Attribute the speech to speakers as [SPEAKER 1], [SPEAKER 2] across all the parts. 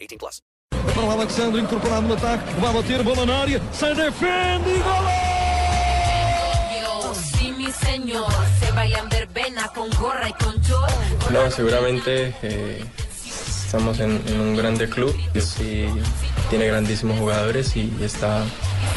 [SPEAKER 1] 18 plus.
[SPEAKER 2] Para o Alexandre, incorporado no ataque, vai bater, bola na área, sai, defende, e gol!
[SPEAKER 3] Yo, sí, mi señor. Se vayan verbena con gorra y con short. Con
[SPEAKER 4] No,
[SPEAKER 3] la
[SPEAKER 4] seguramente eh, estamos en, en un grande club y tiene grandísimos jugadores y está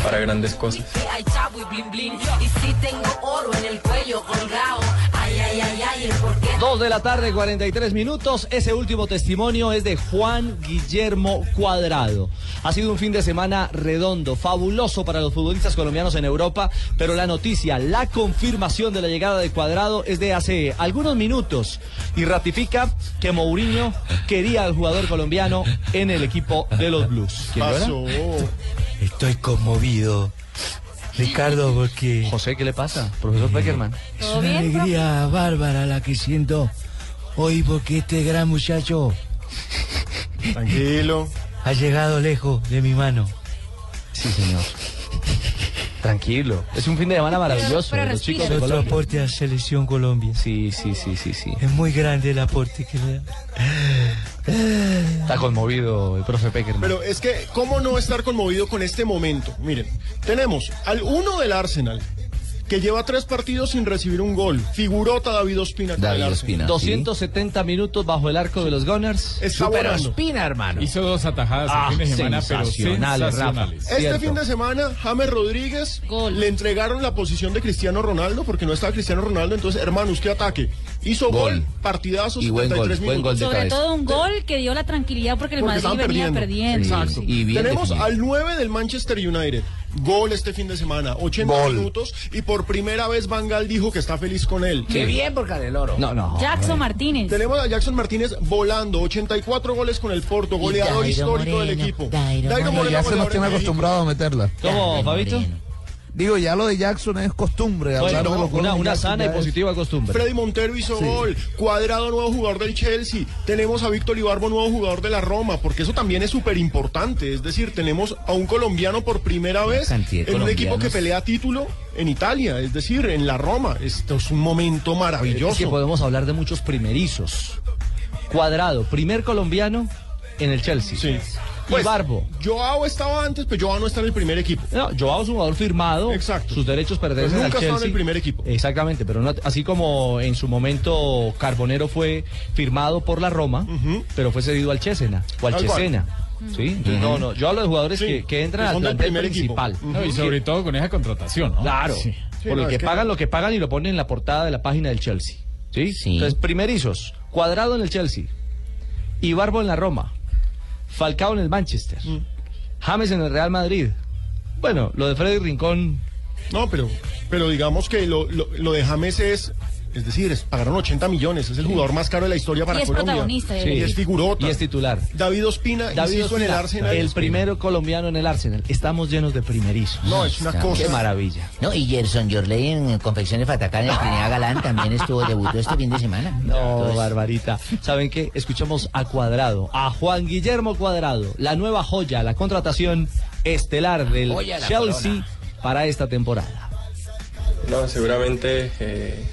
[SPEAKER 4] para grandes cosas.
[SPEAKER 3] botella Hay chavo y blin blin. Y si tengo oro en el cuello colgado. Ay, ay, ay, ay, el porqué.
[SPEAKER 5] 2 de la tarde, 43 minutos. Ese último testimonio es de Juan Guillermo Cuadrado. Ha sido un fin de semana redondo, fabuloso para los futbolistas colombianos en Europa, pero la noticia, la confirmación de la llegada de Cuadrado es de hace algunos minutos y ratifica que Mourinho quería al jugador colombiano en el equipo de los Blues. ¿Quién lo era?
[SPEAKER 6] Estoy conmovido. Ricardo, porque Eh,
[SPEAKER 5] José, ¿qué le pasa? Profesor Beckerman.
[SPEAKER 6] es una alegría bárbara la que siento hoy porque este gran muchacho
[SPEAKER 2] Tranquilo.
[SPEAKER 6] ha llegado lejos de mi mano.
[SPEAKER 5] Sí, señor. Tranquilo. Es un fin de semana maravilloso. los chicos de
[SPEAKER 6] Otro
[SPEAKER 5] Colombia.
[SPEAKER 6] aporte a Selección Colombia.
[SPEAKER 5] Sí, sí, sí, sí, sí.
[SPEAKER 6] Es muy grande el aporte que le da.
[SPEAKER 5] Está conmovido el profe Peckerman.
[SPEAKER 2] Pero es que, ¿cómo no estar conmovido con este momento? Miren, tenemos al uno del Arsenal, que lleva tres partidos sin recibir un gol. Figurota David Ospina. con el
[SPEAKER 7] David
[SPEAKER 2] Arsenal.
[SPEAKER 7] Ospina.
[SPEAKER 5] 270 minutos bajo el arco de los Gunners.
[SPEAKER 2] Está
[SPEAKER 7] Pero
[SPEAKER 2] volando.
[SPEAKER 7] Ospina, hermano.
[SPEAKER 8] Hizo dos atajadas
[SPEAKER 5] Ah,
[SPEAKER 8] el fin de semana, pero
[SPEAKER 5] sensacionales, Rafa.
[SPEAKER 8] sensacionales.
[SPEAKER 2] Este
[SPEAKER 5] Cierto.
[SPEAKER 2] fin de semana, James Rodríguez le entregaron la posición de Cristiano Ronaldo porque no estaba Cristiano Ronaldo. Entonces, hermano, usted ataque. Hizo gol,
[SPEAKER 7] Gol.
[SPEAKER 2] partidazo,
[SPEAKER 7] Y buen
[SPEAKER 2] 73
[SPEAKER 7] gol,
[SPEAKER 2] minutos.
[SPEAKER 7] buen gol de
[SPEAKER 9] Sobre
[SPEAKER 7] cabeza.
[SPEAKER 9] todo un gol que dio la tranquilidad porque el
[SPEAKER 2] Porque
[SPEAKER 9] Madrid
[SPEAKER 2] estaban
[SPEAKER 9] venía
[SPEAKER 2] perdiendo.
[SPEAKER 9] perdiendo.
[SPEAKER 2] Exacto.
[SPEAKER 7] Sí, y bien
[SPEAKER 2] Tenemos
[SPEAKER 7] definido.
[SPEAKER 2] al 9 del Manchester United. Gol este fin de semana, 80 minutos. Y por primera vez Van Gaal dijo que está feliz con él.
[SPEAKER 7] Qué bien por Caneloro.
[SPEAKER 5] No, no.
[SPEAKER 9] Jackson Martínez.
[SPEAKER 2] Tenemos a Jackson Martínez volando, 84 goles con el Porto, goleador
[SPEAKER 6] Dairo
[SPEAKER 2] histórico del
[SPEAKER 6] Moreno,
[SPEAKER 2] equipo.
[SPEAKER 6] Dairo Moreno.
[SPEAKER 2] ya se
[SPEAKER 6] tiene
[SPEAKER 2] acostumbrados.
[SPEAKER 5] ¿Cómo, Fabito?
[SPEAKER 6] Digo, ya lo de Jackson es costumbre.
[SPEAKER 5] Bueno, una, una sana y positiva costumbre.
[SPEAKER 2] Freddy Montero hizo gol, Cuadrado nuevo jugador del Chelsea, tenemos a Víctor Ibarbo nuevo jugador de la Roma, porque eso también es súper importante, es decir, tenemos a un colombiano por primera vez
[SPEAKER 7] cantidad de
[SPEAKER 2] en un equipo que
[SPEAKER 7] colombianos.
[SPEAKER 2] pelea título en Italia, es decir, en la Roma. Esto es un momento
[SPEAKER 5] Es que
[SPEAKER 2] maravilloso.
[SPEAKER 5] podemos hablar de muchos primerizos. Cuadrado, primer colombiano en el Chelsea.
[SPEAKER 2] Sí.
[SPEAKER 5] Y Barbo.
[SPEAKER 2] Pues, Joao estaba antes, pero Joao no está en el primer equipo.
[SPEAKER 5] No, Joao es un jugador firmado.
[SPEAKER 2] Exacto.
[SPEAKER 5] Sus derechos pertenecen
[SPEAKER 2] Pero nunca
[SPEAKER 5] al
[SPEAKER 2] estaba en
[SPEAKER 5] Chelsea.
[SPEAKER 2] el primer equipo.
[SPEAKER 5] Exactamente, pero no- así como en su momento Carbonero fue firmado por la Roma, pero fue cedido al Chesena o al
[SPEAKER 2] Tal cual.
[SPEAKER 5] Chesena.
[SPEAKER 8] Mm.
[SPEAKER 5] ¿Sí? Entonces, No, no, yo hablo de jugadores
[SPEAKER 2] Sí,
[SPEAKER 5] que, que entran
[SPEAKER 2] que
[SPEAKER 5] al
[SPEAKER 2] son del
[SPEAKER 5] plantel
[SPEAKER 2] primer equipo.
[SPEAKER 5] principal.
[SPEAKER 2] Ujú.
[SPEAKER 8] No, y sobre todo con esa contratación, ¿no?
[SPEAKER 5] Claro,
[SPEAKER 8] Sí.
[SPEAKER 2] Sí,
[SPEAKER 5] por
[SPEAKER 2] no,
[SPEAKER 5] lo que
[SPEAKER 2] es que-
[SPEAKER 5] pagan lo que pagan y lo ponen en la portada de la página del Chelsea. ¿Sí?
[SPEAKER 7] Sí.
[SPEAKER 5] Entonces, primerizos, Cuadrado en el Chelsea, Ibarbo en la Roma, Falcao en el Manchester,
[SPEAKER 2] Mm.
[SPEAKER 5] James en el Real Madrid. Bueno, lo de Freddy Rincón
[SPEAKER 2] No, pero, pero digamos que lo, lo, lo de James es, es decir, es- pagaron 80 millones, es el jugador más caro de la historia para
[SPEAKER 9] Y es
[SPEAKER 2] Colombia.
[SPEAKER 9] protagonista del
[SPEAKER 5] Sí.
[SPEAKER 2] Y es figurota.
[SPEAKER 5] Y es titular.
[SPEAKER 2] David Ospina,
[SPEAKER 5] David
[SPEAKER 2] insisto, en el
[SPEAKER 5] Ospina,
[SPEAKER 2] Arsenal.
[SPEAKER 5] el primero colombiano en el Arsenal. Estamos llenos de primerizos.
[SPEAKER 2] No, es una
[SPEAKER 7] Qué
[SPEAKER 2] cosa.
[SPEAKER 5] Qué maravilla.
[SPEAKER 6] No, y Gerson Jorley en Confecciones Fatacán en Trinidad Galán también estuvo debutó este fin de semana.
[SPEAKER 5] No,
[SPEAKER 6] Entonces,
[SPEAKER 5] Barbarita. ¿Saben qué? Escuchamos a Cuadrado, a Juan Guillermo Cuadrado, la nueva joya, la contratación estelar del
[SPEAKER 7] Joya de la
[SPEAKER 5] Chelsea
[SPEAKER 7] corona.
[SPEAKER 5] para esta temporada.
[SPEAKER 4] No, seguramente eh,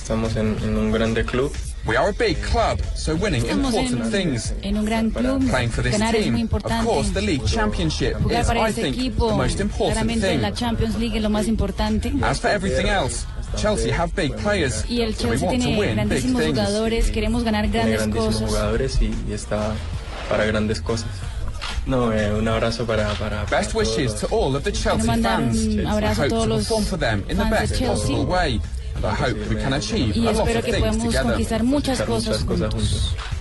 [SPEAKER 4] estamos en, en un grande club
[SPEAKER 1] We are a big club, so winning
[SPEAKER 9] Estamos en un,
[SPEAKER 1] things.
[SPEAKER 9] en un gran club.
[SPEAKER 1] Playing for this
[SPEAKER 9] Ganar es
[SPEAKER 1] team.
[SPEAKER 9] muy
[SPEAKER 1] Of course, the
[SPEAKER 9] importante.
[SPEAKER 1] league championship
[SPEAKER 9] Jugar
[SPEAKER 1] is,
[SPEAKER 9] para
[SPEAKER 1] I
[SPEAKER 9] este
[SPEAKER 1] think, the
[SPEAKER 9] equipo.
[SPEAKER 1] most important
[SPEAKER 9] Claramente
[SPEAKER 1] thing.
[SPEAKER 9] la Champions League es lo más importante.
[SPEAKER 1] As for everything else, Chelsea have big players,
[SPEAKER 9] Y el
[SPEAKER 1] so we
[SPEAKER 9] Chelsea
[SPEAKER 1] want to
[SPEAKER 9] tiene
[SPEAKER 1] win big
[SPEAKER 9] grandísimos
[SPEAKER 1] things.
[SPEAKER 9] jugadores. Queremos ganar
[SPEAKER 4] tiene
[SPEAKER 9] grandes
[SPEAKER 4] grandísimos
[SPEAKER 9] cosas.
[SPEAKER 4] jugadores y, y está para grandes cosas. No, eh, un abrazo para, para, para
[SPEAKER 1] Best
[SPEAKER 4] todos
[SPEAKER 1] wishes
[SPEAKER 4] los-
[SPEAKER 1] to all of the Chelsea
[SPEAKER 9] Quiero mandar
[SPEAKER 1] fans.
[SPEAKER 9] un
[SPEAKER 1] I
[SPEAKER 9] abrazo a
[SPEAKER 1] hope
[SPEAKER 9] todos
[SPEAKER 1] to
[SPEAKER 9] los
[SPEAKER 1] perform for them in the
[SPEAKER 9] fans de
[SPEAKER 1] best possible
[SPEAKER 9] Chelsea.
[SPEAKER 1] way, and I hope we can achieve
[SPEAKER 9] Y
[SPEAKER 1] a lot
[SPEAKER 9] espero
[SPEAKER 1] of
[SPEAKER 9] que
[SPEAKER 1] things
[SPEAKER 9] podamos
[SPEAKER 1] together.
[SPEAKER 9] conquistar muchas
[SPEAKER 4] Muchas
[SPEAKER 9] cosas
[SPEAKER 4] cosas
[SPEAKER 9] juntos.
[SPEAKER 4] juntos.